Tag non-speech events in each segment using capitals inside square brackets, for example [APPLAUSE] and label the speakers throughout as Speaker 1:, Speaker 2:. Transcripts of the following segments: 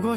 Speaker 1: 过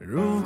Speaker 1: 如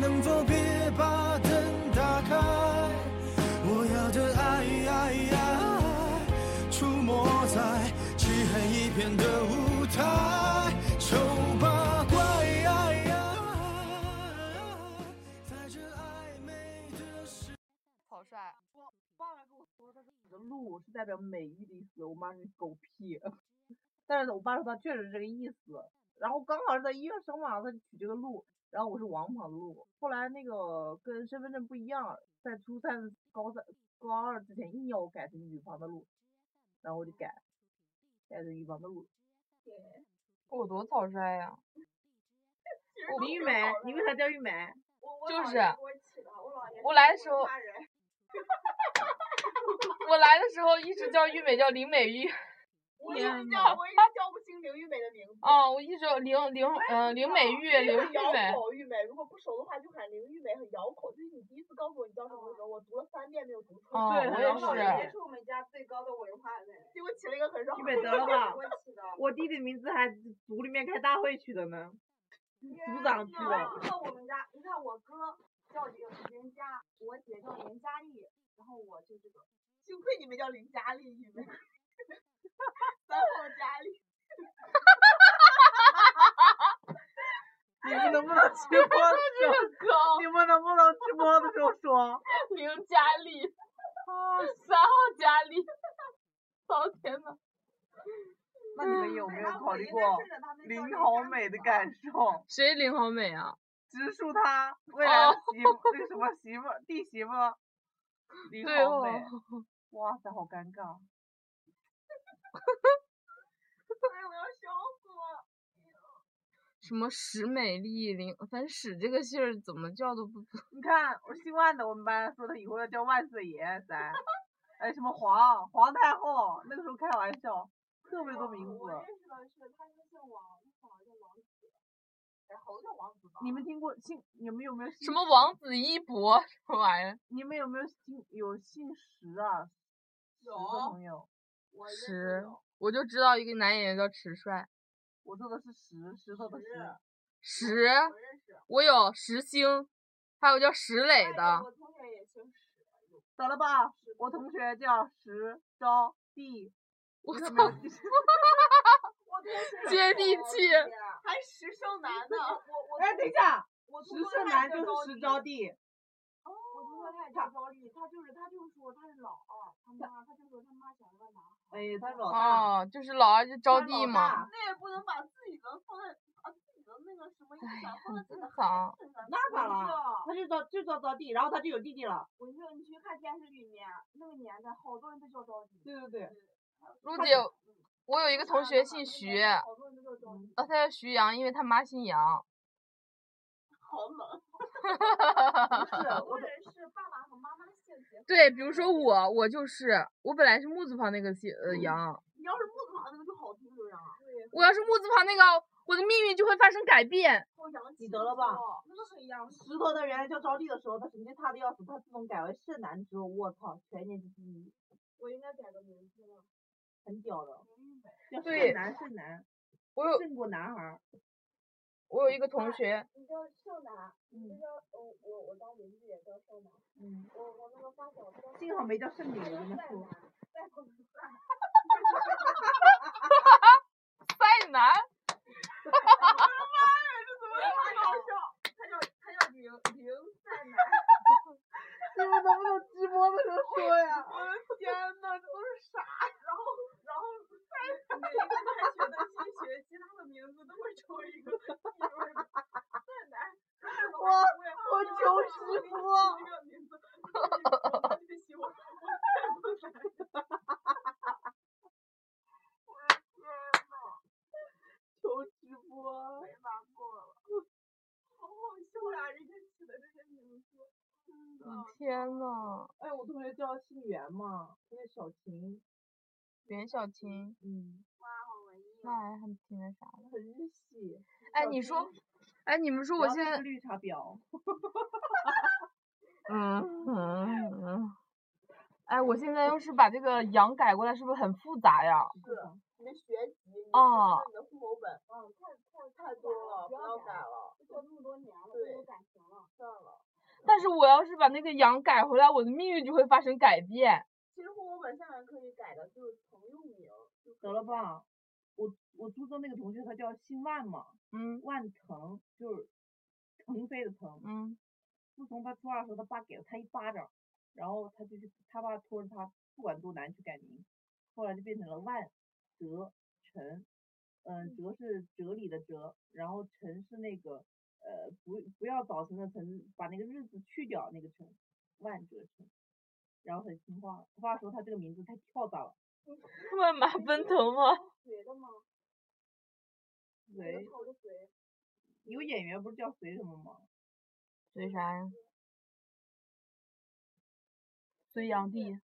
Speaker 1: 能否别把灯打开？我要的爱出没在漆黑一片的舞台，丑八怪。在这暧昧的世
Speaker 2: 好
Speaker 3: 嗯
Speaker 2: 帅，
Speaker 3: 爸爸跟我说，他说你的路是代表美意的意思。我妈说你狗屁， [LAUGHS] 但是我爸说他确实是这个意思。然后刚好是在医院生嘛，他就取这个路，然后我是王旁路。后来那个跟身份证不一样，在初三、高三、高二之前硬要我改成女旁的路，然后我就改，改成女旁的路。
Speaker 2: 我多草率呀、我
Speaker 3: 你玉梅，你为啥叫玉梅？
Speaker 2: 就是我来的时候，我来的时候一直叫玉美叫林美玉，
Speaker 4: 我一直
Speaker 3: 天
Speaker 4: 叫
Speaker 3: 呐
Speaker 4: 我一直叫不清林玉美的名字。哎
Speaker 2: 哦，我一直叫林林
Speaker 3: 呃
Speaker 2: 嗯林美玉
Speaker 4: 因为
Speaker 2: 林
Speaker 4: 是
Speaker 2: 玉美
Speaker 4: 咬，口玉美，如果不熟的话就喊林玉美和咬口。就是你第一次告诉我你叫什么的时候，我读了三遍没有读出来。
Speaker 2: 哦
Speaker 3: 对我也
Speaker 4: 然后
Speaker 2: 是
Speaker 4: 结
Speaker 2: 这
Speaker 4: 束
Speaker 5: 哦是我们家最高的文化类。
Speaker 4: 结果起了一个很绕
Speaker 3: 玉
Speaker 4: 口
Speaker 3: 美
Speaker 4: 的
Speaker 3: 得了吧？
Speaker 5: 我起的。
Speaker 3: 我弟弟名字还组里面开大会取的 [LAUGHS] 呢，组长取
Speaker 5: 我
Speaker 3: 的。
Speaker 5: 还知道我们家，你看我哥叫袁袁家，我姐叫袁佳丽，然后我就这个。
Speaker 4: 幸亏你们叫林佳丽玉
Speaker 5: [LAUGHS]
Speaker 4: 美，三号佳丽。
Speaker 3: 你们能不能 [LAUGHS] 直播的
Speaker 2: [LAUGHS]
Speaker 3: 时候，
Speaker 2: 哥
Speaker 3: 你们能不能直播的时候说？
Speaker 2: 林佳
Speaker 3: [LAUGHS]
Speaker 2: 丽，
Speaker 3: 啊
Speaker 2: 三号佳丽，哦天呐，
Speaker 3: 那你们哎有没
Speaker 2: 哎
Speaker 3: 有考虑过林好美的
Speaker 5: 感？
Speaker 3: 感受？
Speaker 2: 谁林好美啊？
Speaker 3: 直树她未来的
Speaker 2: 哦
Speaker 3: 媳妇，那个什么媳妇儿弟媳妇儿林
Speaker 2: 对
Speaker 3: 好
Speaker 2: 哦
Speaker 3: 美，哇塞，好尴尬。
Speaker 4: 哎，我要笑死了。
Speaker 2: 什么史美丽林，反正史这个姓儿怎么叫都不
Speaker 3: 你看，我姓万的，我们班说他以后要叫万岁爷咱，哎，什么皇皇太后，那个时候开玩笑，特别多名字。
Speaker 5: 我认识的是，他是姓王，好像叫王子，然后叫王子吧。
Speaker 3: 你们听过姓？你们有没有姓？
Speaker 2: 什么王子一博什么玩意儿？
Speaker 3: 你们有没有姓有姓石啊？石的
Speaker 5: 有
Speaker 3: 朋友，
Speaker 5: 我认识
Speaker 2: 池
Speaker 5: 有，
Speaker 2: 我就知道一个男演员叫迟帅，
Speaker 3: 我做的是石，石头的石。
Speaker 2: 石，
Speaker 5: 我认识。
Speaker 2: 我有石星，还有叫石磊
Speaker 5: 哎
Speaker 2: 的，
Speaker 5: 我同学也姓史。
Speaker 3: 咋了吧？我同学叫石招娣，
Speaker 2: 我
Speaker 3: 不是
Speaker 2: 操
Speaker 3: 没，有 [LAUGHS] 记
Speaker 5: [LAUGHS] 我同学也
Speaker 2: 接地
Speaker 5: 姓王
Speaker 2: 气
Speaker 5: 姐
Speaker 4: 还时尚男呢，
Speaker 5: 我我
Speaker 3: 哎，等一下，
Speaker 5: 我
Speaker 3: 石
Speaker 5: 同桌
Speaker 3: 胜
Speaker 5: 他
Speaker 3: 男
Speaker 5: 也叫
Speaker 3: 就是石
Speaker 5: 丽
Speaker 3: 招娣。
Speaker 5: 我同学他也叫高丽，他就是他就是说他是老二，他妈他就说他妈想要个男孩。
Speaker 3: 哎，他老大，
Speaker 2: 哦，就是老二就招
Speaker 3: 他
Speaker 2: 娣
Speaker 3: 老
Speaker 2: 嘛。
Speaker 3: 大？
Speaker 4: 那也不能把自己的放在啊自己的那个什么
Speaker 2: 哎
Speaker 4: 印象
Speaker 2: 呀
Speaker 4: 放在自己的
Speaker 2: 很脏
Speaker 4: 孩子身上。
Speaker 3: 那咋
Speaker 5: 我知
Speaker 3: 了？
Speaker 5: 道
Speaker 3: 他就招就招招娣，然后他就有弟弟了。
Speaker 5: 我说你去看电视里面，那个年代好多人都叫高丽。
Speaker 3: 对对对，
Speaker 2: 陆
Speaker 3: 他
Speaker 2: 姐
Speaker 3: 怎，
Speaker 2: 我有一个
Speaker 5: 啊
Speaker 2: 同学姓徐，呃，
Speaker 5: 好多人都叫高
Speaker 2: [LAUGHS]
Speaker 5: 丽。
Speaker 2: 他叫徐阳，因为他妈姓杨。
Speaker 4: 好冷，
Speaker 3: 不是
Speaker 5: 很
Speaker 3: [LAUGHS] 我
Speaker 5: 多
Speaker 3: 的，
Speaker 5: 人是爸爸和妈妈姓结合。
Speaker 2: [LAUGHS] 对，比如说我，我就是，我本来是木字旁那个姓呃
Speaker 4: 嗯
Speaker 2: 杨，
Speaker 4: 你要是木头那个就好听着呀，
Speaker 2: 我要是木字旁那个，我的命运就会发生改变。
Speaker 5: 好洋气。
Speaker 3: 你得了吧？
Speaker 5: 那个很洋气。
Speaker 3: 石头他原来叫招娣的时候，他成绩差的要死，他自从改为剩男之后，我操，全年级第一，
Speaker 5: 我应该改个名字了。
Speaker 3: 很屌的。叫
Speaker 2: 对
Speaker 3: 剩男剩男，
Speaker 2: 我有
Speaker 3: 胜过男孩儿。
Speaker 2: 我有一个同学，
Speaker 5: 你叫少男，你
Speaker 3: 嗯
Speaker 5: 叫我我我当名字也叫少男。
Speaker 3: 嗯，
Speaker 5: 我我那个发小叫
Speaker 3: 幸好没叫剩女，我
Speaker 5: 叫 [LAUGHS]
Speaker 3: 跟他
Speaker 5: 帅
Speaker 3: 说
Speaker 5: 男，，
Speaker 4: [LAUGHS]
Speaker 5: 再过来
Speaker 2: 赛男，
Speaker 4: 他叫他叫他叫零零在哪？
Speaker 3: 你们能不能直播的时候说呀？
Speaker 4: 我
Speaker 3: [LAUGHS]
Speaker 4: 的天呐，这都是啥？然后，然后在每一个大学的新学期，他的名字都会抽一个地位的在哪儿。
Speaker 3: 我
Speaker 4: 我也
Speaker 3: 我求直播
Speaker 4: 这个名
Speaker 5: [LAUGHS]
Speaker 4: 字，对不起我对不起我我在哪儿
Speaker 2: 嗯
Speaker 3: 嗯
Speaker 2: 天呐，
Speaker 4: 哎，我同学叫姓袁嘛，她叫小琴，
Speaker 2: 袁小琴，
Speaker 4: 嗯，
Speaker 5: 哇，好文艺
Speaker 2: 那
Speaker 3: 啊
Speaker 5: 哦！
Speaker 2: 还很挺那啥的。
Speaker 4: 很日系。
Speaker 2: 哎，
Speaker 4: 小
Speaker 2: 你说
Speaker 4: 琴，
Speaker 2: 哎，你们说
Speaker 4: 不
Speaker 2: 我
Speaker 4: 要
Speaker 2: 现
Speaker 4: 那
Speaker 2: 在
Speaker 4: 个，绿茶婊，
Speaker 2: 嗯嗯嗯，哎，我现在要是把这个羊改过来，是不是很复杂呀？
Speaker 4: 你的学籍，你的
Speaker 2: 哦
Speaker 4: 你的户口本，
Speaker 3: 啊
Speaker 5: 哦
Speaker 4: 嗯，太太多了，不要改了，
Speaker 5: 过那么多年了，都
Speaker 4: 对
Speaker 5: 有感情了。
Speaker 4: 算了。
Speaker 2: 但是我要是把那个羊改回来，我的命运就会发生改变。
Speaker 4: 其实户口本下面可以改的就是曾用名，就
Speaker 3: 得了吧，我我租的那个同学他叫姓万嘛，
Speaker 2: 嗯
Speaker 3: 万腾就是腾飞的腾。
Speaker 2: 嗯， [LAUGHS]
Speaker 3: 自从他初二的时候，他爸给了他一巴掌，然后他就去，他爸拖着他不管多难去改名，后来就变成了万哲陈，嗯，哲是哲理的哲，然后陈是那个呃不不要早晨的晨，把那个日字去掉那个晨，万哲陈，然后很听话，他爸说他这个名字太跳蚤了，
Speaker 2: 万马奔腾吗？
Speaker 5: 学的吗？
Speaker 3: 随
Speaker 5: 考的谁？
Speaker 3: 有演员不是叫随什么吗？
Speaker 2: 随啥呀？隋炀帝。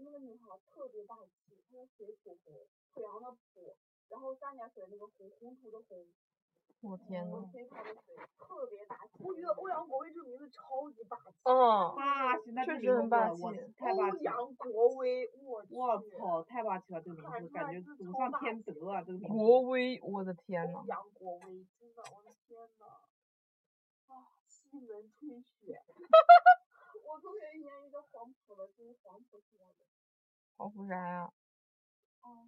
Speaker 5: 那个女孩特别大气，她叫水土红，濮阳的濮，然后三点水那个红，宏图的宏，
Speaker 2: 我天呐。
Speaker 5: 水草的水，特别大气。我觉得欧阳国威这个名字超级霸气。啊
Speaker 2: 嗯，
Speaker 3: 霸气，那这
Speaker 2: 确实
Speaker 3: 个名
Speaker 2: 很
Speaker 3: 字
Speaker 2: 霸
Speaker 3: 我
Speaker 2: 气
Speaker 3: 太霸
Speaker 5: 欧
Speaker 3: 气了。
Speaker 5: 阳国威，我去。
Speaker 3: 我操，太霸气了！这个
Speaker 5: 看
Speaker 3: 名字
Speaker 5: 出
Speaker 3: 感
Speaker 5: 来
Speaker 3: 觉
Speaker 5: 自
Speaker 3: 祖
Speaker 5: 从
Speaker 3: 上
Speaker 5: 霸
Speaker 3: 天
Speaker 5: 气
Speaker 3: 德啊！
Speaker 5: [LAUGHS]
Speaker 3: 这个名
Speaker 2: 国
Speaker 3: 字，
Speaker 2: 威，我的天呐
Speaker 5: 欧。阳国威，真的，我的天呐！啊，西门吹雪。我同学以前一个黄埔的，就是黄埔出来的。
Speaker 2: 黄埔啥呀？
Speaker 5: 哦，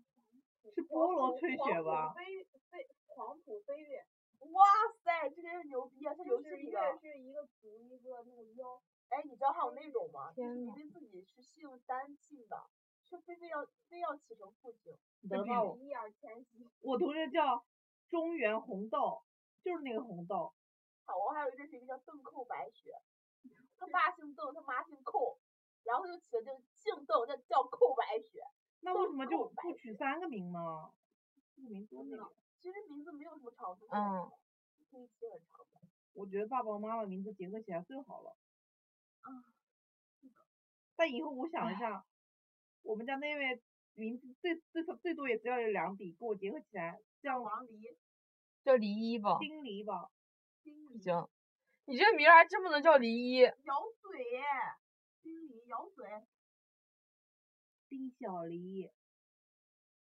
Speaker 3: 是菠萝吹雪吧？
Speaker 5: 飞飞黄埔飞跃，哇塞，这个人牛逼啊！他就
Speaker 4: 有
Speaker 5: 是
Speaker 4: 这
Speaker 5: 一
Speaker 4: 个
Speaker 5: 个是一个足一个那个腰。哎，你知道还有那种吗？就
Speaker 2: 天
Speaker 5: 是明
Speaker 2: 呐
Speaker 5: 明自己是姓单姓的，却非非要非要起成父姓，
Speaker 3: 得
Speaker 5: 就是
Speaker 3: 吧我
Speaker 5: 一而迁徙。
Speaker 3: 我同学叫中原红道，就是那个红道，
Speaker 5: 好，我还有一阵是一个叫邓寇白雪，他爸姓邓，他妈姓寇，然后他就起了这个姓邓叫叫寇白雪。
Speaker 3: 那为什
Speaker 5: 豆
Speaker 3: 么
Speaker 5: 蔻
Speaker 3: 就
Speaker 5: 白
Speaker 3: 不取三个名呢？这个名多那个，
Speaker 5: 其实名字没有什么长处，
Speaker 2: 嗯，
Speaker 5: 可以起很长的。
Speaker 3: 我觉得爸爸妈妈名字结合起来最好了
Speaker 5: 啊。
Speaker 3: 但以后我想了一下，我们家那位名字最最最多也只要有两笔，跟我结合起来，叫
Speaker 5: 黄鹂，
Speaker 2: 叫黎一吧。
Speaker 3: 丁梨吧。
Speaker 5: 金
Speaker 2: 不
Speaker 5: 梨，
Speaker 2: 行，你这名儿还真不能叫黎一。
Speaker 5: 咬嘴，金梨咬嘴，
Speaker 3: 丁小梨，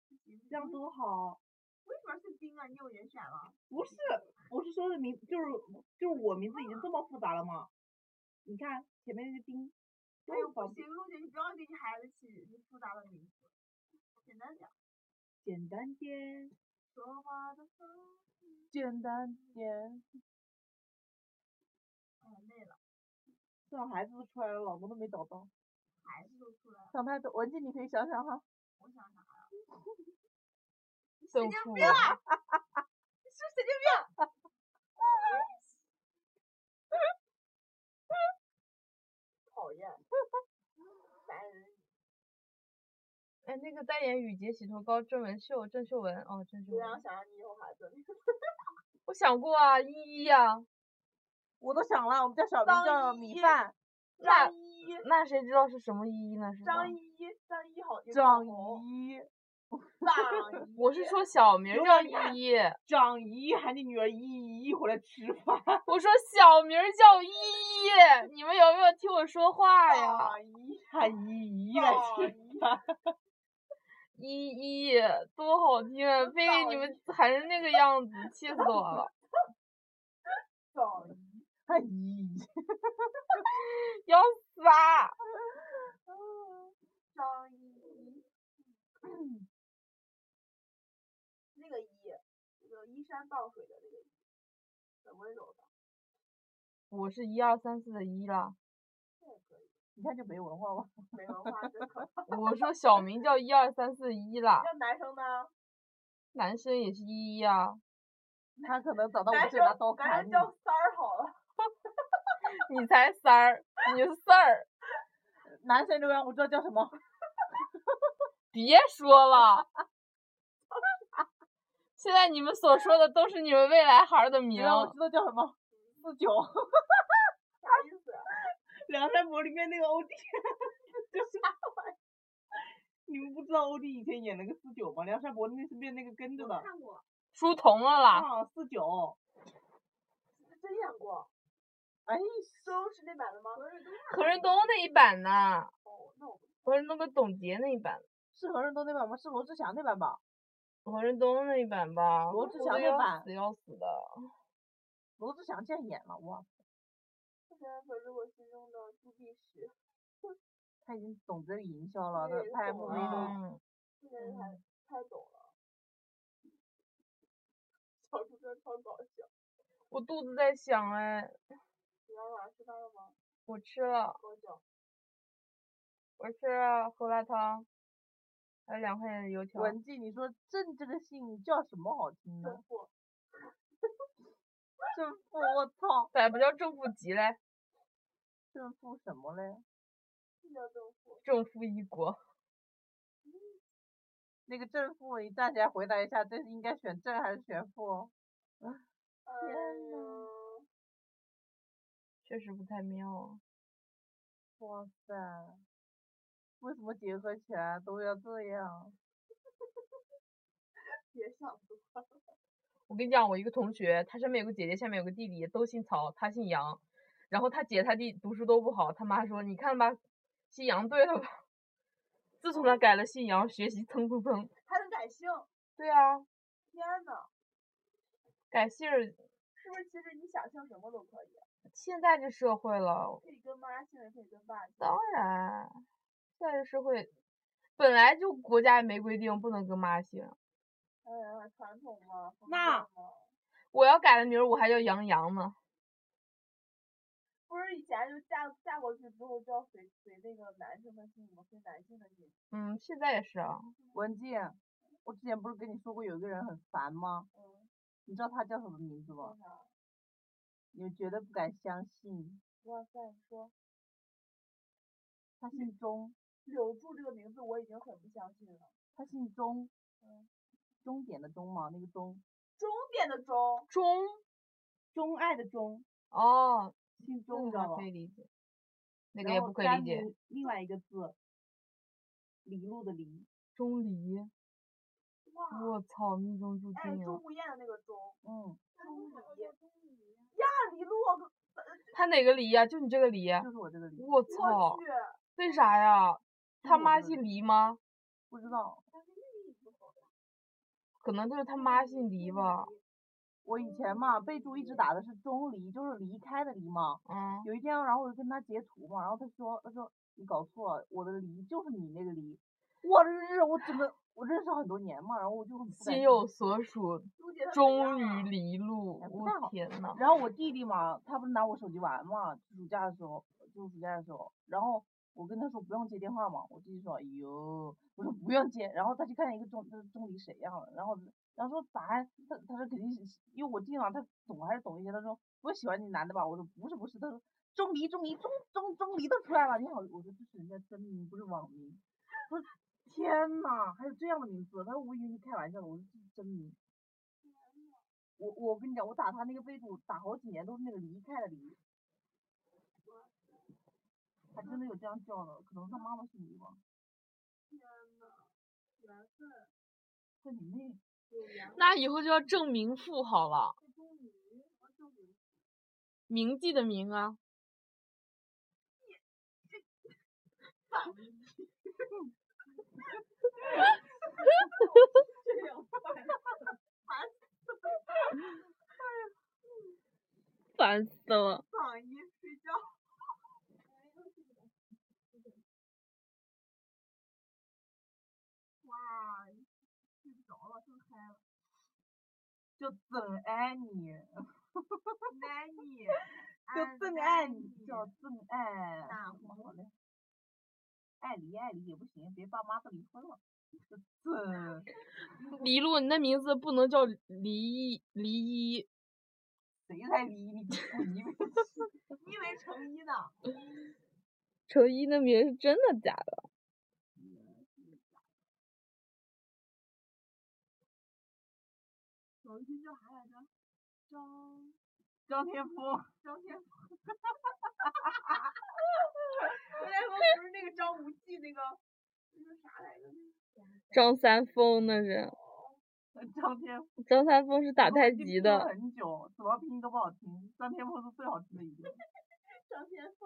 Speaker 3: 这
Speaker 5: 这
Speaker 3: 样多好。
Speaker 5: 为什么是丁啊？你有人选了？
Speaker 3: 不是，我是说的名，就是就是我名字已经这么复杂了吗？你看前面那个丁，
Speaker 5: 哎呦，
Speaker 3: 多
Speaker 5: 不
Speaker 3: 方
Speaker 5: 行，陆姐，你不要给你孩子起复杂的名字，简单点儿。
Speaker 3: 简单点。
Speaker 5: 说话的风，
Speaker 2: 简单点。
Speaker 5: 哎，累了，
Speaker 3: 让孩子都出来了，老公都没找到。
Speaker 5: 孩子都出来了，
Speaker 3: 想太多，文静你可以想想哈。
Speaker 5: 我想想啥呀？
Speaker 2: 邓
Speaker 5: 神经
Speaker 2: 富
Speaker 5: 病
Speaker 2: 啊
Speaker 5: 啊！你是不是神经病？ [LAUGHS]
Speaker 4: 讨厌，烦人。
Speaker 2: 哎，那个代言雨洁洗头膏郑文秀，郑秀文哦，郑秀
Speaker 4: 别
Speaker 5: 啊
Speaker 4: 让
Speaker 3: 啊
Speaker 2: 文。
Speaker 4: 想让你有孩子，
Speaker 2: 我想过啊，依依呀、
Speaker 3: [LAUGHS] 我都想了，我们家小
Speaker 5: 张
Speaker 3: 名叫
Speaker 5: 一
Speaker 3: 米饭，
Speaker 2: 那
Speaker 5: 张一，
Speaker 2: 那谁知道是什么依依呢？是吧？
Speaker 5: 张一，张一好，
Speaker 3: 张
Speaker 5: 一，
Speaker 3: 怡，
Speaker 5: 张一，
Speaker 2: 我是说小名儿
Speaker 3: 有
Speaker 2: 叫
Speaker 3: 点
Speaker 5: 啊
Speaker 3: 儿
Speaker 2: 依依，
Speaker 3: 张怡喊你女儿依依回来吃饭。
Speaker 2: 我说小名儿叫依依，你们有没有听我说话呀？
Speaker 3: 张怡喊依依来吃饭。
Speaker 2: 依依多好听啊，非给你们喊成那个样子，气死我了。
Speaker 3: 张怡喊依依。
Speaker 2: 要死啊！
Speaker 5: 张一，那个一，那个依山傍水的那个一，很温柔的，
Speaker 2: 我是一二三四的一啦，
Speaker 5: 这也可以，
Speaker 3: 你看这没文化吧？
Speaker 5: 没文化真可怕。
Speaker 2: 我说小名叫一二三四一啦，
Speaker 5: 那男生呢？
Speaker 2: 男生也是一一啊。
Speaker 3: 他可能找到
Speaker 5: 男
Speaker 3: 我
Speaker 5: 生
Speaker 3: 就拿刀
Speaker 5: 男
Speaker 3: 砍
Speaker 5: 生
Speaker 3: 你。
Speaker 5: 叫三儿好了，
Speaker 2: 你才三儿，你是四儿，
Speaker 3: 男生留言我知道叫什么，
Speaker 2: 别说了。现在你们所说的都是你们未来孩儿的名
Speaker 3: 留言，我知道叫什么，四九。
Speaker 5: 啥意思？啊
Speaker 3: 梁山伯里面那个欧弟，就吓坏。你们不知道欧弟以前演了个四九吗？梁山伯那是变那个跟着
Speaker 5: 我
Speaker 3: 的
Speaker 5: 看过，
Speaker 2: 书童了啦，
Speaker 3: 啊，四九，
Speaker 5: 真演过，
Speaker 3: 哎，
Speaker 5: 都是那版的吗？
Speaker 2: 何润东那一版呢？
Speaker 5: 哦，那我不
Speaker 2: 何润东跟董洁那一版，
Speaker 3: 是何润东那版吗？是罗志祥那版吧？
Speaker 2: 何润东那一版吧，
Speaker 3: 罗
Speaker 2: 活
Speaker 3: 志
Speaker 2: 得
Speaker 3: 祥那
Speaker 2: 要
Speaker 3: 版
Speaker 2: 死要死的。
Speaker 3: 罗志祥竟然演了，哇，
Speaker 5: 知道，可是我心中的朱碧石，
Speaker 3: 他已经懂这个营销了，
Speaker 5: 对
Speaker 3: 他拍
Speaker 5: 懂
Speaker 3: MV 都
Speaker 5: 了
Speaker 2: 嗯，
Speaker 5: 这个人还太懂了。小猪哥超搞笑，
Speaker 2: 我肚子在响哎，
Speaker 5: 你昨天晚上吃饭了吗？
Speaker 2: 我吃了，
Speaker 5: 多久？
Speaker 2: 我吃了胡辣汤，还有两块钱的油条。
Speaker 3: 文静，你说朕这个姓叫什么好听呢
Speaker 5: 正？负，
Speaker 3: 正 [LAUGHS] 负，我操，
Speaker 2: 咋不叫正负极嘞？
Speaker 3: 正负什么嘞？
Speaker 5: 是叫正负。
Speaker 2: 正负一国。
Speaker 3: 那个正负，你站起来回答一下，这是应该选正还是选负？
Speaker 5: 哎
Speaker 3: 天呐
Speaker 5: 呀，
Speaker 2: 确实不太妙啊。
Speaker 3: 哇塞，为什么结合起
Speaker 2: 啊
Speaker 3: 来都要
Speaker 2: [LAUGHS]
Speaker 3: 这样？
Speaker 5: 别想多了。
Speaker 2: 我跟你讲，我一个同学，他上面有个姐姐，下面有个弟弟，都姓曹，他姓杨。然后他姐他弟读书都不好，他妈说：“你看吧，姓杨对了吧？” [LAUGHS] 自从他改了姓杨，学习蹭蹭蹭。
Speaker 5: 还能改姓？
Speaker 2: 对啊，
Speaker 5: 天呐，
Speaker 2: 改姓儿，
Speaker 5: 是不是其实你想姓什么都可以？
Speaker 2: 现在这社会了，
Speaker 5: 可以跟妈姓，也可以跟爸 [LAUGHS] 姓。
Speaker 2: 当然，现在这社会本来就国家也没规定不能跟妈姓。
Speaker 5: 哎呀，传统嘛，封
Speaker 3: 那
Speaker 5: 建嘛
Speaker 2: 我要改了名儿，我还叫杨洋呢。
Speaker 5: 不是以前就嫁嫁过去之后就要随随那个男生的姓吗？随男性的姓。
Speaker 2: 嗯，现在也是啊。
Speaker 3: 文静，我之前不是跟你说过有一个人很烦吗？
Speaker 5: 嗯，
Speaker 3: 你知道他叫什么名字吗
Speaker 5: 多？少？
Speaker 3: 你们绝对不敢相信，
Speaker 5: 哇塞，你说
Speaker 3: 他姓钟，
Speaker 5: 柳柱这个名字我已经很不相信了。
Speaker 3: 他姓钟
Speaker 5: 嗯，
Speaker 3: 终点的钟嘛，那个钟，
Speaker 5: 终点的终，
Speaker 2: 中
Speaker 3: 钟爱的钟，
Speaker 2: 哦，
Speaker 3: 姓
Speaker 2: 那
Speaker 3: 钟，
Speaker 5: 嗯
Speaker 3: 你知
Speaker 2: 个
Speaker 3: 道吧
Speaker 2: 可？以理解，那个
Speaker 3: 然
Speaker 2: 也
Speaker 3: 后
Speaker 2: 不可以
Speaker 3: 加
Speaker 2: 理解。
Speaker 3: 名另外一个字，离路的离，
Speaker 2: 钟离，
Speaker 5: 哇，
Speaker 2: 我操，命中注
Speaker 5: 哎，
Speaker 2: 定
Speaker 5: 钟
Speaker 2: 啊！
Speaker 5: 无艳的那个钟，
Speaker 3: 嗯，
Speaker 5: 钟离，呀，李璐，我个
Speaker 2: 他哪个离呀、就你这个离？
Speaker 3: 就是我这个离，
Speaker 2: 我
Speaker 5: 我
Speaker 2: 操，
Speaker 5: 去，
Speaker 2: 为啥呀？
Speaker 3: 就是
Speaker 2: 他
Speaker 3: 我
Speaker 2: 妈
Speaker 3: 这个
Speaker 2: 姓
Speaker 3: 离，
Speaker 2: 黎吗？
Speaker 3: 不知道，
Speaker 2: 可能就是他妈姓黎吧。
Speaker 3: 我以前嘛备注一直打的是钟离，就是离开的离嘛。
Speaker 2: 嗯，
Speaker 3: 有一天，然后我就跟他截图嘛，然后他说，他说你搞错了，我的梨就是你那个梨。我日，我整个我认识很多年嘛，然后我就很不敢
Speaker 2: 心
Speaker 3: 相
Speaker 2: 有
Speaker 3: 信
Speaker 2: 所属，
Speaker 5: 朱姐她怎样
Speaker 2: 终
Speaker 5: 啊
Speaker 2: 于离路。
Speaker 3: 哎不太
Speaker 2: 我
Speaker 3: 好
Speaker 2: 天呐，
Speaker 3: 然后我弟弟嘛，他不是拿我手机玩嘛，暑假的时候，就是暑假的时候，然后我跟他说不用接电话嘛，我弟弟说哎呦，我说不用接，然后他去看见一个钟，这钟离谁呀？然后然后说咋还，他他说肯定是因为我弟嘛，他懂还是懂一些，他说我喜欢你男的吧，我说不是不是，他说钟离钟离钟钟钟离都出来了，你好，我说这是人家真名不是网名，我说天呐，还有这样的名字，他说我以为你开玩笑的，我说这是真名。我我跟你讲，我打他那个备注打好几年都是那个离开的离，还真的有这样叫的，可能他妈妈姓李吧，
Speaker 5: 天呐，缘分，
Speaker 3: 在你妹！
Speaker 5: 有缘分，
Speaker 2: 那以后就要正名父好了，
Speaker 5: 钟离，我证明
Speaker 2: 铭记的铭啊。
Speaker 5: 这样快，
Speaker 2: 烦死了！
Speaker 5: 躺一睡
Speaker 3: [LAUGHS]
Speaker 5: 觉。哇，睡不着了，正嗨了。
Speaker 3: 就真爱你，
Speaker 5: 爱你，
Speaker 3: [LAUGHS] 就真爱你，叫真爱。
Speaker 5: 那
Speaker 3: 什么好嘞？爱离爱离也不行，别爸妈都离婚了。 [LAUGHS] 就真
Speaker 2: 黎路，你那名字不能叫黎一，黎一，
Speaker 3: 谁来离你？滚一边去！
Speaker 5: [LAUGHS] 你以为成一呢？
Speaker 2: 程一那名是真的假的？
Speaker 5: 有一句叫啥来着？张 [LAUGHS]
Speaker 3: 张天赋， [LAUGHS]
Speaker 5: 张天赋。文莱峰不是那个张无忌那个那个啥来着？
Speaker 2: 张三丰那是，
Speaker 3: 呃张天赋
Speaker 2: 张三丰是打太极的，
Speaker 3: 很久，怎么拼都不好听。张天赋是最好听的一个。
Speaker 5: [LAUGHS] 张天赋，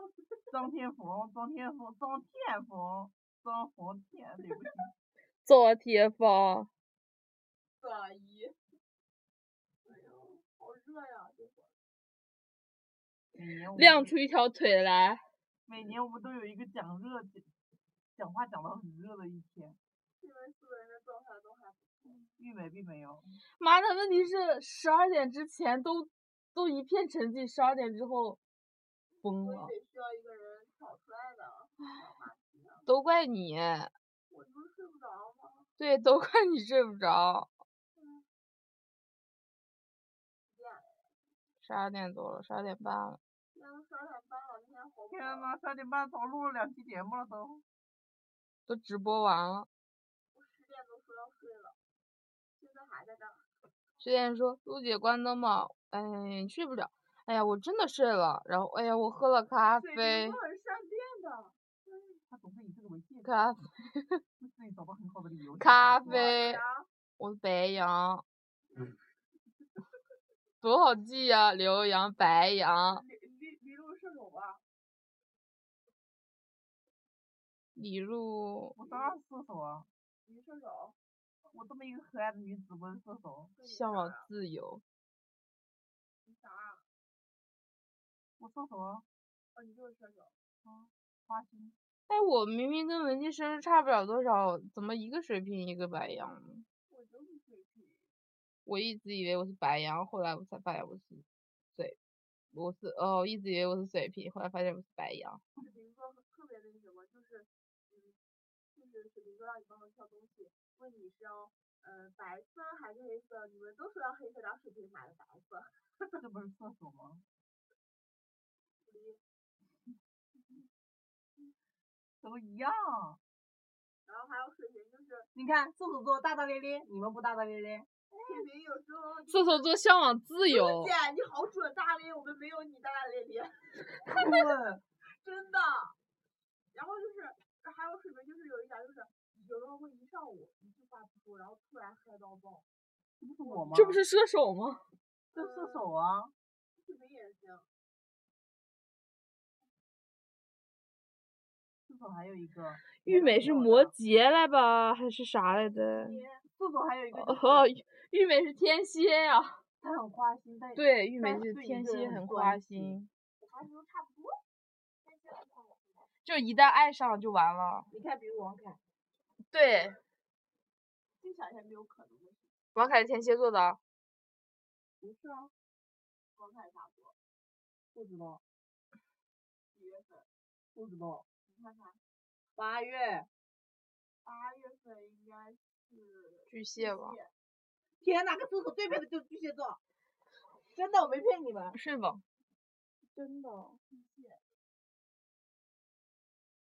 Speaker 3: 张天冯，张天冯，张天冯，张冯天，对不起，
Speaker 2: 赵天芳，
Speaker 5: 大姨。哎呦，好热呀！这会儿
Speaker 3: 每年我们
Speaker 2: 亮
Speaker 3: 都
Speaker 2: 出一条腿来。
Speaker 3: 每年我们都有一个讲热讲讲话讲到很热的一天，
Speaker 5: 你们四个人的状态都还不错。
Speaker 3: 玉美并没有。
Speaker 2: 妈的，问题是十二点之前都都一片沉寂，十二点之后疯
Speaker 5: 我
Speaker 2: 了，
Speaker 5: 也得需要一个人挑出来的。
Speaker 2: 都怪你，
Speaker 5: 我这不是睡不着吗？
Speaker 2: 对，都怪你睡不着。十二点多了，十二点半了。
Speaker 5: 现在都十二点半了，你还活不
Speaker 3: 天
Speaker 5: 活？
Speaker 3: 呐，三点半早录了两期节目了都。
Speaker 2: 都直播完了。
Speaker 5: 我十点都说要睡了，现在还在这儿。
Speaker 2: 十点说：“陆姐关灯吧。”哎，你睡不着。哎呀，我真的睡了。然后，哎呀，我喝了咖
Speaker 5: 水
Speaker 2: 啡
Speaker 5: 瓶，座是善变的。
Speaker 3: 他总是以这个为借口，
Speaker 2: 咖
Speaker 3: 为自己找到很好的理由。
Speaker 2: 咖
Speaker 5: 我
Speaker 2: 啡，
Speaker 3: 啊
Speaker 5: 呀
Speaker 2: 我是白羊，
Speaker 5: 嗯
Speaker 2: 多好记呀、刘洋、白羊、
Speaker 5: 驴驴驴肉射手
Speaker 3: 啊
Speaker 5: 吧，
Speaker 2: 李璐、
Speaker 3: 我当然是射手啊，
Speaker 5: 驴嗯射手。
Speaker 3: 我这么一个可爱的女子，我是射手，
Speaker 5: 对你
Speaker 2: 向
Speaker 5: 啥
Speaker 2: 往
Speaker 5: 啊
Speaker 2: 自由。
Speaker 5: 你啥啊？
Speaker 3: 我射手啊，嗯
Speaker 5: 哦，你就是射手。
Speaker 3: 花心。
Speaker 2: 哎，我明明跟文静生日差不了多少，怎么一个水瓶一个白羊呢？
Speaker 5: 我就是水瓶。
Speaker 2: 我一直以为我是白羊，后来我才发现我是水，我是哦，一直以为我是水瓶，后来发现我是白羊。
Speaker 5: 水瓶座特别那个什么，就是，嗯，就是水瓶座让你帮忙挑东西，问你是要呃白色还是黑色，你们都说要黑色，然后水瓶买了白色。
Speaker 3: 这不是射手吗？ [LAUGHS] 都一样。
Speaker 5: 然后还有水瓶就是
Speaker 3: 你看射手座大大咧咧，你们不大大咧咧。
Speaker 5: 水瓶有时候就
Speaker 2: 射手座向往自由
Speaker 5: 姐，你好准大咧，我们没有你大大咧咧，真的。然后就是还有水瓶就是有一点就是有时候会一上午一句话不说，然后突然嗨到爆。
Speaker 3: 这不是我吗？
Speaker 2: 这不是射手吗？
Speaker 3: 这是射手啊，
Speaker 5: 水瓶也行，
Speaker 3: 射手还有一个。
Speaker 2: 玉美是摩羯来吧，还是啥来着？
Speaker 3: 射手还有一个就是
Speaker 2: 哦，玉玉美是天蝎呀、
Speaker 3: 他很花心，但
Speaker 2: 对，玉美
Speaker 3: 但
Speaker 2: 是
Speaker 3: 哎对一
Speaker 2: 天
Speaker 3: 个人
Speaker 2: 蝎，
Speaker 3: 很
Speaker 2: 很
Speaker 3: 专
Speaker 2: 花
Speaker 3: 情
Speaker 2: 心，
Speaker 5: 我还是都差不多。但是要看我
Speaker 2: 就一旦爱上了就完了。
Speaker 3: 你看，比如王凯，
Speaker 2: 对，
Speaker 5: 就想一下没有可能的事。
Speaker 2: 王凯是天蝎座的，
Speaker 5: 不是啊，刚开始啥说？
Speaker 3: 不知道，
Speaker 5: 几月份？
Speaker 3: 不知道，
Speaker 5: 你看看，
Speaker 3: 八月，
Speaker 5: 八月份应该是
Speaker 2: 巨蟹吧？
Speaker 3: 天哪，跟射手对配的就是巨蟹座，真的，我没骗你们。哦
Speaker 2: 睡吧，
Speaker 5: 真的巨蟹。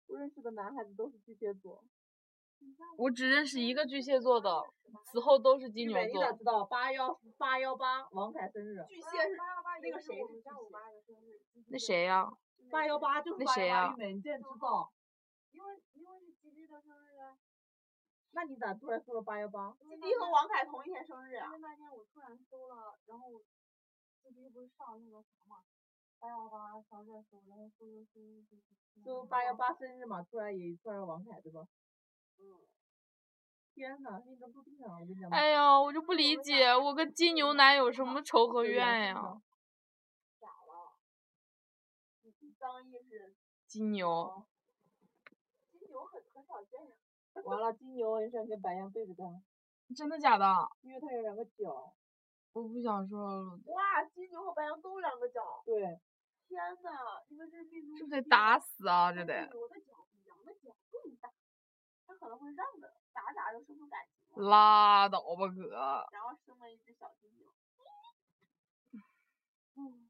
Speaker 3: 我认识的男孩子都是巨蟹座。
Speaker 2: 我只认识一个巨蟹座的，此后都是金牛
Speaker 3: 你美丽
Speaker 2: 座
Speaker 3: 的。知道八幺八幺八王凯生日，
Speaker 5: 巨蟹是
Speaker 3: 那
Speaker 5: 那
Speaker 3: 个
Speaker 5: 个
Speaker 3: 谁
Speaker 5: 谁
Speaker 3: 是
Speaker 5: 是
Speaker 3: 巨
Speaker 5: 家我
Speaker 3: 蟹
Speaker 5: 妈的生日？
Speaker 2: 那谁呀、
Speaker 3: 八幺？八就是
Speaker 2: 那
Speaker 3: 八
Speaker 2: 谁啊
Speaker 3: 幺
Speaker 2: 呀
Speaker 3: 八玉美，你竟然知道？
Speaker 5: 因为因为是基地的生日啊，
Speaker 3: 那你咋突然说了八幺八？
Speaker 5: 基地和王凯同一天生日啊
Speaker 4: 因。为那天我突然搜了，然后最近不是上那个啥嘛，八幺八上热搜，然后搜搜搜搜搜，
Speaker 3: 就八幺八生日嘛，突然也算上王凯对吧？嗯。天呐，那个不正常，我跟你讲。
Speaker 2: 哎呀，我就不理解，我跟金牛男有什么仇和
Speaker 3: 有缘
Speaker 2: 怨
Speaker 3: 分
Speaker 2: 呀、
Speaker 3: 的
Speaker 5: 张译是
Speaker 2: 金牛，
Speaker 5: 金牛很很少见呀。
Speaker 3: 完了，金牛很喜欢跟白羊对着干，
Speaker 2: 真的假的？
Speaker 3: 因为他有两个角。
Speaker 2: 我不想说了，
Speaker 5: 哇，金牛和白羊都两个角，
Speaker 3: 对，
Speaker 5: 天呐，你们这是命中
Speaker 2: 这不得打死啊！这
Speaker 5: 但
Speaker 2: 得
Speaker 5: 是牛的脚比羊的脚更大，它可能会让着打着打着生出感情了，
Speaker 2: 拉倒吧，哥！
Speaker 5: 然后生了一只小金牛。
Speaker 2: 嗯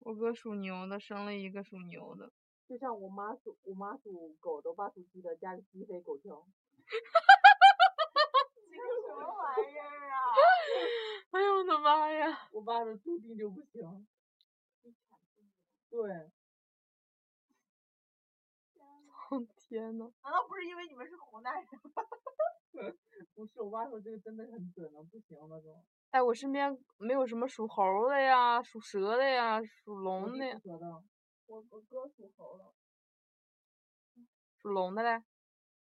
Speaker 2: 我哥属牛的，生了一个属牛的，
Speaker 3: 就像我妈属我妈属狗的，我爸属鸡的，家里鸡飞狗跳。
Speaker 5: [LAUGHS] 这个什么玩意儿啊？
Speaker 2: 哎呦我的妈呀！
Speaker 3: 我爸是注定就不行。对，
Speaker 2: 天呐，
Speaker 5: 难道不是因为你们是湖南人？
Speaker 3: [LAUGHS] 不是我爸说这个真的很准了，不行了都。
Speaker 2: 哎，我身边没有什么属猴儿的呀，属蛇的呀，属
Speaker 3: 我
Speaker 2: 龙的
Speaker 3: 弟
Speaker 2: 呀，
Speaker 3: 不得的，
Speaker 5: 我我哥属猴了，
Speaker 2: 属龙的嘞。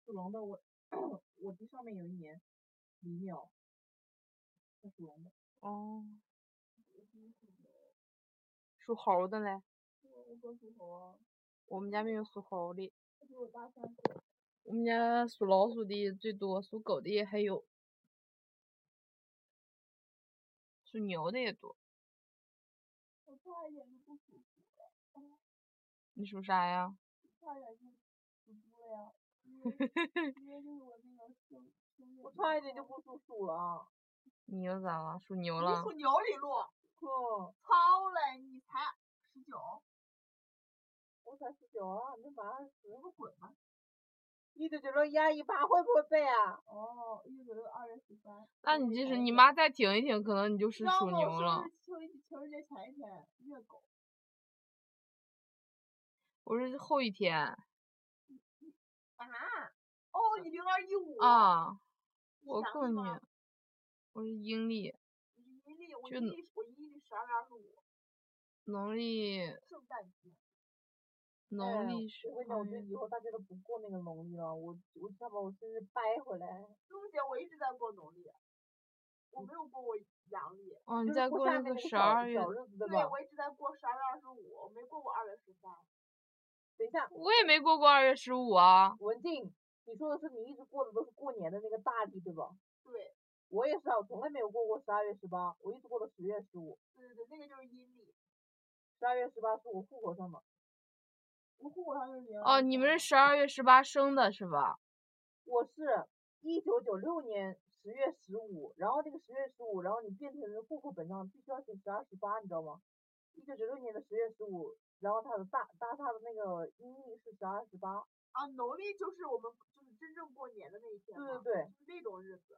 Speaker 3: 属龙的我， [CLEARS THROAT] 我弟上面有一年，李淼，他属龙的，
Speaker 2: 哦。属猴的嘞，
Speaker 5: 我我哥属猴啊，
Speaker 2: 我们家没有属猴的。
Speaker 5: 他比我大三岁。
Speaker 2: 我们家属老鼠的最多，属狗的也还有，属牛的也多。
Speaker 5: 我差一点就不属猪了，
Speaker 2: 你属啥呀？
Speaker 5: 差一点就属猪了呀，因为因为就是我那个生生日。
Speaker 3: 我差一点就不属鼠了啊。
Speaker 2: 你又咋了？属牛
Speaker 5: 你
Speaker 2: 了？
Speaker 5: 属牛，李璐，
Speaker 3: 哼，
Speaker 5: 超了，你才十九，
Speaker 3: 我才十九啊，你马上
Speaker 5: 你不滚吧？
Speaker 3: 一九九六一二一八会不会背啊？
Speaker 5: 哦，一九六二月十三。
Speaker 2: 那你即使你妈再挺一挺，可能你就是
Speaker 5: 然后
Speaker 2: 属牛了。
Speaker 5: 就是情情人节前一天，虐狗。
Speaker 2: 我是后一天
Speaker 5: 啊？哦，你零二一五。
Speaker 2: 啊，
Speaker 5: 你
Speaker 2: 我
Speaker 5: 啥
Speaker 2: 更
Speaker 5: 地方
Speaker 2: 年，我是阴历，
Speaker 5: 你阴历，我
Speaker 2: 就
Speaker 5: 阴历我阴历十二月二十五，
Speaker 2: 农历
Speaker 5: 圣诞节。
Speaker 2: 农历是
Speaker 3: 我跟你讲，
Speaker 2: 二
Speaker 3: 我觉得
Speaker 2: 月
Speaker 3: 以后大家都不过那个农历了，我我想把我生日掰回来，
Speaker 5: 中秋节我一直在过农历，我没有过过阳历。
Speaker 2: 哦，
Speaker 3: 就
Speaker 2: 你
Speaker 3: 是
Speaker 2: 再
Speaker 3: 过
Speaker 2: 过
Speaker 3: 下
Speaker 2: 那
Speaker 3: 面那
Speaker 2: 个
Speaker 3: 个
Speaker 2: 十
Speaker 3: 小
Speaker 2: 二月
Speaker 3: 小，日子对
Speaker 5: 对，
Speaker 3: 吧？
Speaker 5: 我一直在过十二月二十五，我没过过二月十三。
Speaker 3: 等一下，
Speaker 2: 我也没过过二月十五啊。
Speaker 3: 文静，你说的是你一直过的都是过年的那个大历对吧？
Speaker 5: 对，
Speaker 3: 我也是啊，我从来没有过过十二月十八，我一直过到十月十五。
Speaker 5: 对对对，那个就是阴历。
Speaker 3: 十二月十八是我户口上的，
Speaker 5: 我户口上就是零。
Speaker 2: 哦，你们是十二月十八生的是吧？
Speaker 3: 我是一九九六年十月十五，然后那个十月十五，然后你变成户口本上必须要写十二十八，你知道吗？一九九六年的十月十五，然后它的大大它的那个阴历是十二十八，
Speaker 5: 啊，农历就是我们就是真正过年的那一天
Speaker 3: 对
Speaker 5: 嘛。
Speaker 3: 对对，
Speaker 5: 就是那种日子，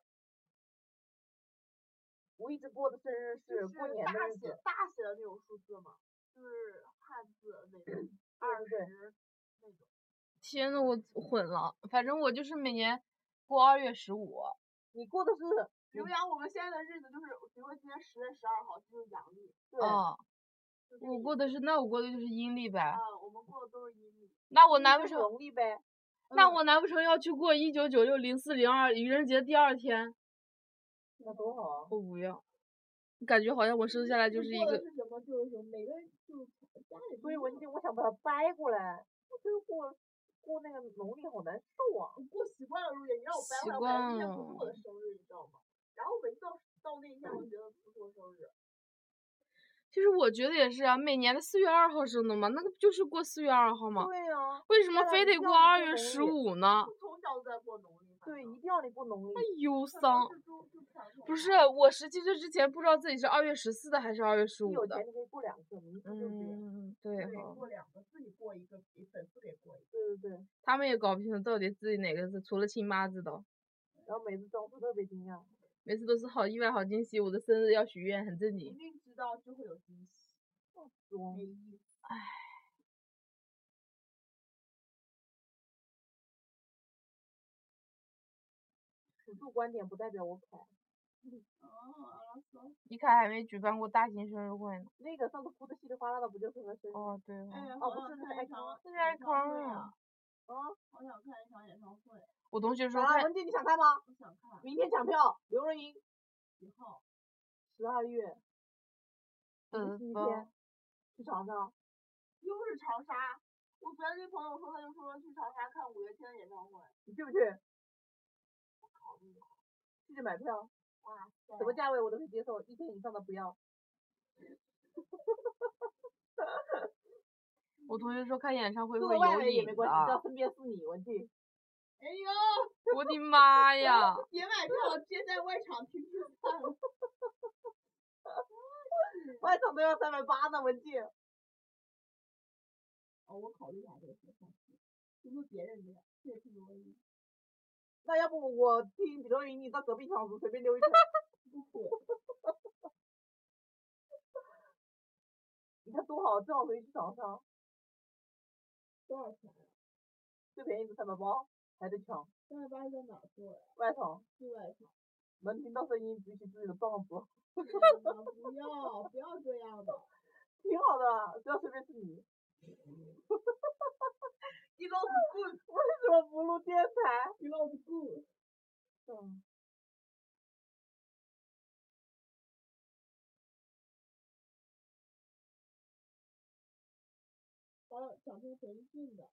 Speaker 3: 我一直过的生日
Speaker 5: 就是
Speaker 3: 过年的
Speaker 5: 大
Speaker 3: 日
Speaker 5: 写
Speaker 3: 子，
Speaker 5: 大写的那种数字嘛，就是汉字那
Speaker 3: [COUGHS]
Speaker 5: 种，二
Speaker 3: 对
Speaker 5: 十那种。
Speaker 2: 天呐，我混了。反正我就是每年过二月十五，
Speaker 3: 你过的是
Speaker 5: 刘洋，我们现在的日子就是，比如说今天十月十二号，这就是阳历。
Speaker 3: 对，
Speaker 2: 啊，
Speaker 5: 就这
Speaker 2: 我
Speaker 5: 一
Speaker 2: 过的是那我过的就是阴历呗。
Speaker 5: 啊，我们过的都是阴历。
Speaker 2: 那我难
Speaker 3: 那就
Speaker 2: 不
Speaker 3: 是
Speaker 2: 成
Speaker 3: 农历嗯呗，
Speaker 2: 那我难不成要去过一九九六零四零二愚人节第二天？
Speaker 3: 那多好啊！
Speaker 2: 我不要，感觉好像我生下来就是一
Speaker 5: 过的
Speaker 2: 个
Speaker 5: 是什么就是什么，每个人就是家里不
Speaker 3: 所以
Speaker 5: 一
Speaker 3: 文
Speaker 5: 样
Speaker 3: 静，我想把它掰过来，我觉得过过那个农历好难受啊。
Speaker 5: 我过习惯了入夜，你让我掰
Speaker 2: 习
Speaker 5: 回来，我感觉那天
Speaker 2: 惯
Speaker 5: 不是我的生日，你知道吗？然后每次到到那一天，我就觉得不是我生日。
Speaker 2: 其实我觉得也是啊，每年的四月二号生的嘛，那个不就是过四月二号嘛？
Speaker 3: 对啊，
Speaker 2: 为什么
Speaker 3: 对啊
Speaker 2: 非
Speaker 3: 一
Speaker 2: 得
Speaker 3: 定
Speaker 2: 过
Speaker 3: 要
Speaker 2: 二
Speaker 3: 过嗯
Speaker 2: 月
Speaker 3: 农
Speaker 2: 十
Speaker 3: 历
Speaker 2: 五呢？
Speaker 5: 我从小就在过农历，
Speaker 3: 对，一定要你过农历
Speaker 2: 太。忧
Speaker 5: 可
Speaker 2: 伤
Speaker 5: 能。是中就传统
Speaker 2: 不
Speaker 5: 吧
Speaker 2: 是，啊我十七岁之前不知道自己是二月十四的还是二月十
Speaker 3: 你有
Speaker 2: 五的
Speaker 3: 钱。你可以过两个，你一次就这样。
Speaker 2: 嗯，对
Speaker 5: 对
Speaker 2: 哈，
Speaker 5: 过两个，自己过一个，给粉丝给过一个。
Speaker 3: 对对对，
Speaker 2: 他们也搞不清楚到底自己哪个是，除了亲妈知道。
Speaker 3: 然后每次装出特别惊讶。
Speaker 2: 每次都是好意外、好惊喜，我的生日要许愿，很正
Speaker 5: 明
Speaker 2: 经。
Speaker 5: 明知道就会有惊喜，
Speaker 3: 装
Speaker 5: 没意思。
Speaker 3: 此处观点不代表我凯。
Speaker 5: 哦，
Speaker 2: 一开还没举办过大型生日会呢。
Speaker 3: 那个上次哭的稀里哗啦的，不就是他生日？
Speaker 2: 哦，对
Speaker 5: 哎
Speaker 2: 哦，
Speaker 5: 呀，
Speaker 3: 哦
Speaker 5: 好
Speaker 3: 不
Speaker 5: 想
Speaker 3: 是那
Speaker 5: 看
Speaker 3: 个
Speaker 5: 一场
Speaker 2: 那是
Speaker 5: 演
Speaker 2: 爱
Speaker 5: 唱
Speaker 2: 康
Speaker 5: 会
Speaker 2: 啊
Speaker 5: 啊！
Speaker 3: 啊？
Speaker 5: 好想看一场演唱会，
Speaker 2: 我同学说
Speaker 3: 好了，
Speaker 2: 看
Speaker 3: 文静，你想看吗？
Speaker 5: 我想看
Speaker 3: 明天抢票，刘若英，
Speaker 5: 几号？
Speaker 3: 十二月
Speaker 2: 呃
Speaker 3: 星期
Speaker 2: 不
Speaker 3: 天去长沙。
Speaker 5: 又是长沙。我昨天跟朋友说，他就说去长沙看五月天的演唱会，
Speaker 3: 你去不去？记得买票，
Speaker 5: 哇塞！
Speaker 3: 什么价位我都可以接受，一千以上的不要。
Speaker 2: 我同学说看演唱会
Speaker 3: 坐
Speaker 2: 会
Speaker 3: 在外
Speaker 2: 有
Speaker 3: 围也
Speaker 2: 瘾啊
Speaker 3: 没
Speaker 2: 的。
Speaker 3: 关系，只要身边是你，文静。
Speaker 5: 哎呦，
Speaker 2: 我的妈呀！
Speaker 5: 别买票，直接在外场听听算了。
Speaker 3: [LAUGHS] 外场都要三百八呢，文静。
Speaker 5: 哦，我考虑一下这个事情，听听别人的，这听听我的，
Speaker 3: 那要不我听刘若英，你到隔壁场子随便溜一圈。
Speaker 5: 不苦。
Speaker 3: [LAUGHS] 你看多好，正好可以去早上，
Speaker 5: 多少钱？
Speaker 3: 啊最便宜的三百八，还得抢。
Speaker 5: 三百八在哪儿 [LAUGHS] 做呀？
Speaker 3: 外场
Speaker 5: 是外场。
Speaker 3: 能听到声音，举起自己的棒子，
Speaker 5: 不要不要这样 [LAUGHS] 的，
Speaker 3: 挺好的，啊不要随便自 [LAUGHS] 己。
Speaker 5: 一楼
Speaker 3: [LAUGHS]
Speaker 5: 滚，
Speaker 3: 为什么不录电台？
Speaker 5: 一楼滚。
Speaker 3: 嗯，
Speaker 5: 把掌声陈奕迅的，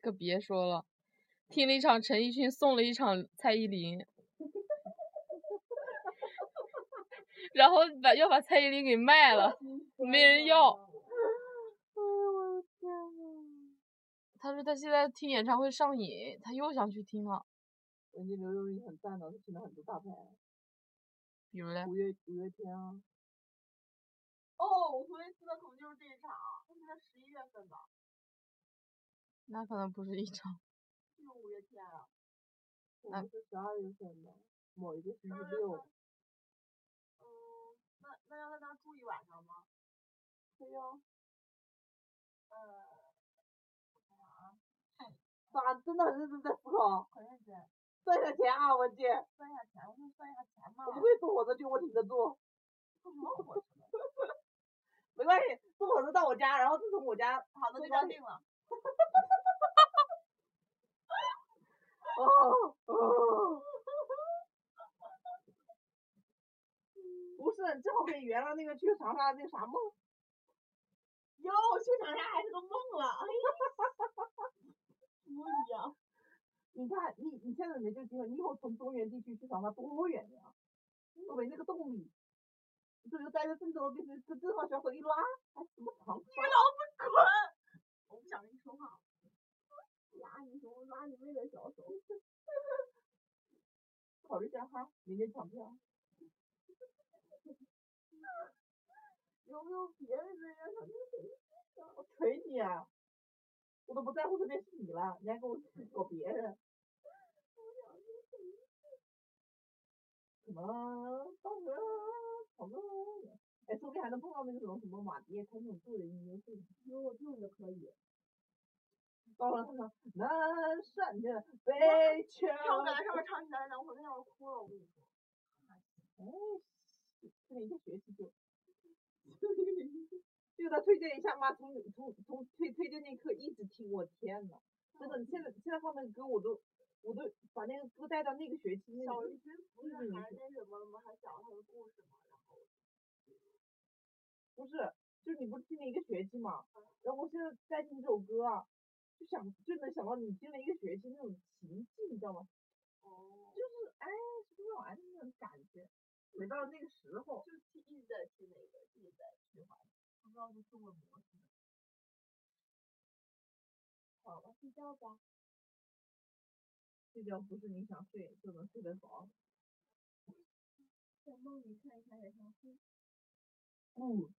Speaker 2: 可别说了，听了一场陈奕迅，送了一场蔡依林， [LAUGHS] 然后把要把蔡依林给卖了，没人 [LAUGHS] 要。
Speaker 3: 哎呦我的天呐，
Speaker 2: 他说他现在听演唱会上瘾，他又想去听了。
Speaker 3: 人家刘若英很赞的，她请了很多大牌，
Speaker 2: 比如嘞，
Speaker 3: 五月五月天啊，
Speaker 5: 哦，我昨天吃的可能就是这一场，他是在十一月份的，
Speaker 2: 那可能不是一场。
Speaker 5: 就是五月天啊。
Speaker 3: 我
Speaker 2: 啊
Speaker 3: 们是十二月份的，某一个星
Speaker 5: 12
Speaker 3: 期
Speaker 5: 月
Speaker 3: 六
Speaker 5: 份。嗯，那那要在那儿住一晚上吗？
Speaker 3: 对呀、
Speaker 5: 呃，
Speaker 3: 咋真的很认真在思考？
Speaker 5: 啊很认真，
Speaker 3: 算一下钱啊，文姐，
Speaker 5: 算一下钱，我就算一下钱嘛
Speaker 3: 我。不会坐火车去，我挺着坐。
Speaker 5: 不什么火车？
Speaker 3: [LAUGHS] 没关系，坐火车到我家，然后再从我家
Speaker 5: 好的，
Speaker 3: 坐
Speaker 5: 那
Speaker 3: 高
Speaker 5: 张
Speaker 3: 铁。
Speaker 5: 定了。
Speaker 3: 哦哦。不是，正好可以圆了那个去长沙的那个啥梦。
Speaker 5: 哟，去长沙还是个梦了，哎呀，不一样。
Speaker 3: 你看，你你现在没这个机会，你以后从中原地区去长沙多远呀、都没那个动力。这就待在郑州，必须这这方小手一拉，还什么长沙？
Speaker 5: 滚！我不想跟你说话。拉你手，拉你妹的小手。 [LAUGHS]
Speaker 3: 考虑一下哈，明天抢票。
Speaker 5: 有没有别的人要想跟谁？
Speaker 3: 我锤你啊！我都不在乎这件事你了，你还跟我 [LAUGHS] 搞别人？什么？到时好么？哎，说不定还能碰到那个什么什么马爹开那种个人音乐会，
Speaker 5: 有我舅舅可以。
Speaker 3: 到时候他说南山的北丘，
Speaker 5: 唱不来，上面唱起来，然后我那会儿哭了，我跟你说。
Speaker 3: 哎，这个一个学期就，就他推荐一下嘛，从从从推推荐那一刻一直听，我天呐，真的，现在现在放那个歌我都我都把那个歌带到那个学期那
Speaker 5: 小
Speaker 3: 个
Speaker 5: 鱼君不
Speaker 3: 嗯
Speaker 5: 是还那什么了吗？还讲了他的故事吗？然后
Speaker 3: 不是，就是你不是听了一个学期嘛，然后我现在再听这首歌啊，就想就能想到你听了一个学期那种情境，你知道吗？
Speaker 5: 哦，
Speaker 3: 就是哎，什么玩意那种感觉，回到那个时候，
Speaker 5: 就听一直在听那个，一直在循环，不知道是中文模式。好了，睡觉吧。
Speaker 3: 这叫不是你想睡就能睡得着。
Speaker 5: 在梦里看一看演唱会。
Speaker 3: 嗯，
Speaker 5: 哎呦。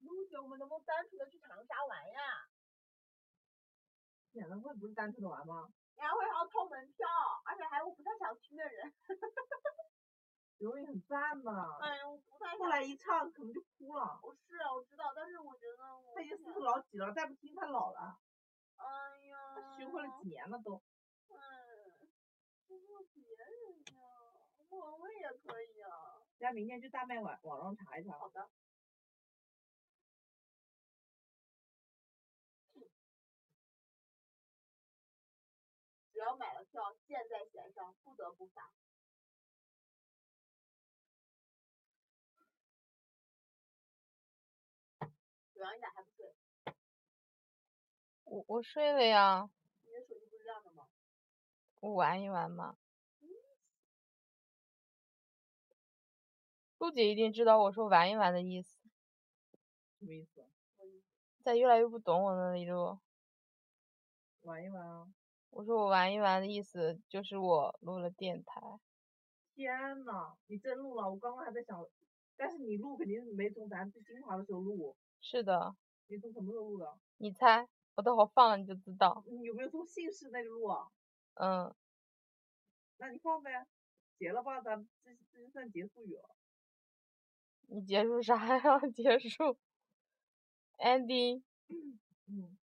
Speaker 5: 露姐，我们能不能单纯的去长沙玩呀？
Speaker 3: 演唱会不是单纯的玩吗？
Speaker 5: 然后还要掏门票，而且还有不太想去的人。
Speaker 3: 刘也很赞呐、
Speaker 5: 哎呀，我不太想。
Speaker 3: 后 [LAUGHS] 来一唱可能就哭了。
Speaker 5: 我是啊我知道，但是我觉得我
Speaker 3: 他已
Speaker 5: 不
Speaker 3: 经四
Speaker 5: 想
Speaker 3: 十老几了，再不听他老了，
Speaker 5: 哎
Speaker 3: 他
Speaker 5: 呀，
Speaker 3: 学会了几年了都。
Speaker 5: 嗯，不过别人呀，我们也可以啊。
Speaker 3: 大家明天去大麦网网上查一查。
Speaker 5: 哦
Speaker 3: 好的。
Speaker 5: 只要买了票，箭在弦上，不得不发。有阳，你咋还不睡？
Speaker 2: 我我睡了呀，
Speaker 5: 你的手机不是这样的吗？
Speaker 2: 我玩一玩嘛。陆姐一定知道我说玩一玩的意思，
Speaker 3: 什么意思？
Speaker 2: 在越来越不懂我那里录。
Speaker 3: 玩一玩啊！
Speaker 2: 我说我玩一玩的意思就是我录了电台，
Speaker 3: 天呐，你真录了！我刚刚还在想，但是你录肯定没从咱最精华的时候录，
Speaker 2: 是的，
Speaker 3: 你从什么时候录的？
Speaker 2: 你猜，我等会儿放了你就知道。
Speaker 3: 你有没有从姓氏那个录啊？
Speaker 2: 嗯，
Speaker 3: 那你放呗。结了吧，咱们这这就算结束语了。
Speaker 2: [LAUGHS] 你结束啥呀？结束，ending。
Speaker 3: 嗯，